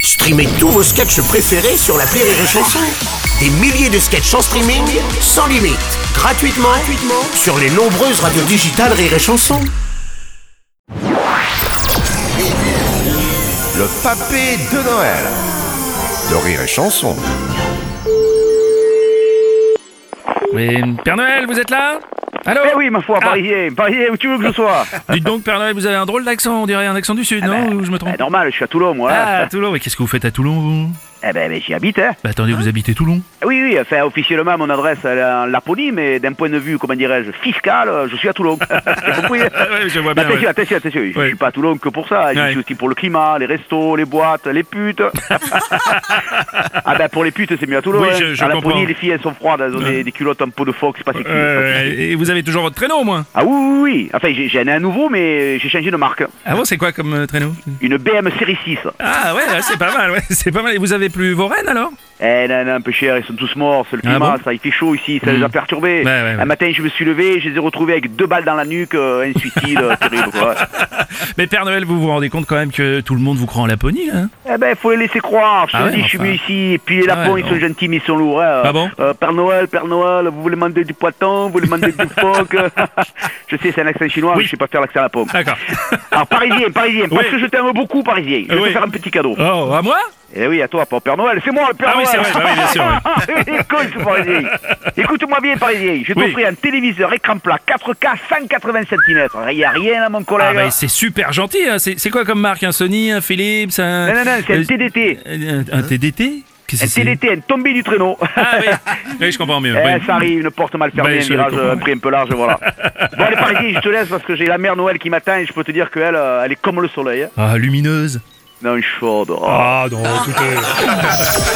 Streamez tous vos sketchs préférés sur la Rire et Chanson. Des milliers de sketchs en streaming, sans limite, gratuitement, gratuitement sur les nombreuses radios digitales Rire et Chanson. Le papé de Noël de Rire et Chanson. Oui, Père Noël, vous êtes là Allô Eh oui, ma Ah. foi, parier, parier où tu veux que je sois. Dites donc, Père Noël, vous avez un drôle d'accent, on dirait un accent du Sud, non Ou je me trompe Eh, normal, je suis à Toulon, moi. Ah, Toulon, mais qu'est-ce que vous faites à Toulon, vous Eh ben, mais j'y habite, hein. Bah attendez, vous habitez Toulon Eh Oui, oui, enfin, officiellement, mon adresse, elle est en Laponie, mais d'un point de vue, comment dirais-je, fiscal, euh, je suis à Toulon. T'as compris hein. Ouais, je vois bien, Attention, ouais. attention, attention, je Ouais. suis pas à Toulon que pour ça. hein. Je Ouais. suis aussi pour le climat, les restos, les boîtes, les putes. ah ben, pour les putes, c'est mieux à Toulon. Oui, hein. je- je à Laponie, comprends. les filles, elles sont froides, elles ont des, des culottes en peau de phoque, c'est pas sexy. Euh, Et vous avez toujours votre traîneau, au moins Ah oui, oui, oui. Enfin, j'ai- j'en ai un nouveau, mais j'ai changé de marque. Ah bon, c'est quoi comme euh, traîneau Une BM série 6. Ah ouais, ouais, c'est pas mal, ouais, c'est pas mal. Et vous avez plus vos rennes, alors Eh non, non, un peu cher, ils sont tous morts, c'est le Ah climat, bon Mmh. ça, il fait chaud ici, ça les a perturbés. Ouais, ouais, ouais. Un matin, je me suis levé, je les ai retrouvés avec deux balles dans la nuque, euh, un suicide, euh, terrible, quoi. Mais Père Noël, vous vous rendez compte quand même que tout le monde vous croit en Laponie, là hein Eh ben, faut les laisser croire, je te Ah le ouais, dis, je suis enfin. venu ici, et puis les Ah lapons, ouais, ils non. sont gentils, mais ils sont lourds, hein. Ah bon Euh, Père Noël, Père Noël, vous voulez manger du poiton, vous voulez manger du phoque. je sais, c'est un accent chinois, mais je sais pas faire l'accent lapon. D'accord. Alors, parisien, parisien, parce Oui. que je t'aime beaucoup, parisien, je vais Oui. te faire un petit cadeau. Oh, à moi Eh oui, à toi, pas au Père Noël, c'est moi le Père Ah oui, Noël. Ah, c'est vrai, bah oui, bien sûr, oui. oui. Écoute, Parisien. Écoute-moi bien, Parisien. Je Oui. t'offrir un téléviseur écran plat 4K 180 cm. Il n'y a rien à mon Ah collègue. bah c'est super gentil, hein. c'est c'est quoi comme marque Un Sony, un Philips, un... non, non, non, c'est un euh, TDT. Un, un TDT Qu'est-ce Un que c'est TDT, un tombé du traîneau. Ah oui, oui, je comprends mieux. Eh, oui. ça arrive, une porte mal Bah, fermée, un je le virage comprends, euh, oui. pris un peu large, voilà. bon, allez, Parisien, je te laisse parce que j'ai la mère Noël qui m'attend et je peux te dire qu'elle, euh, elle est comme le soleil. hein. Ah, lumineuse. Non, chaude. Oh. Ah non, écoutez.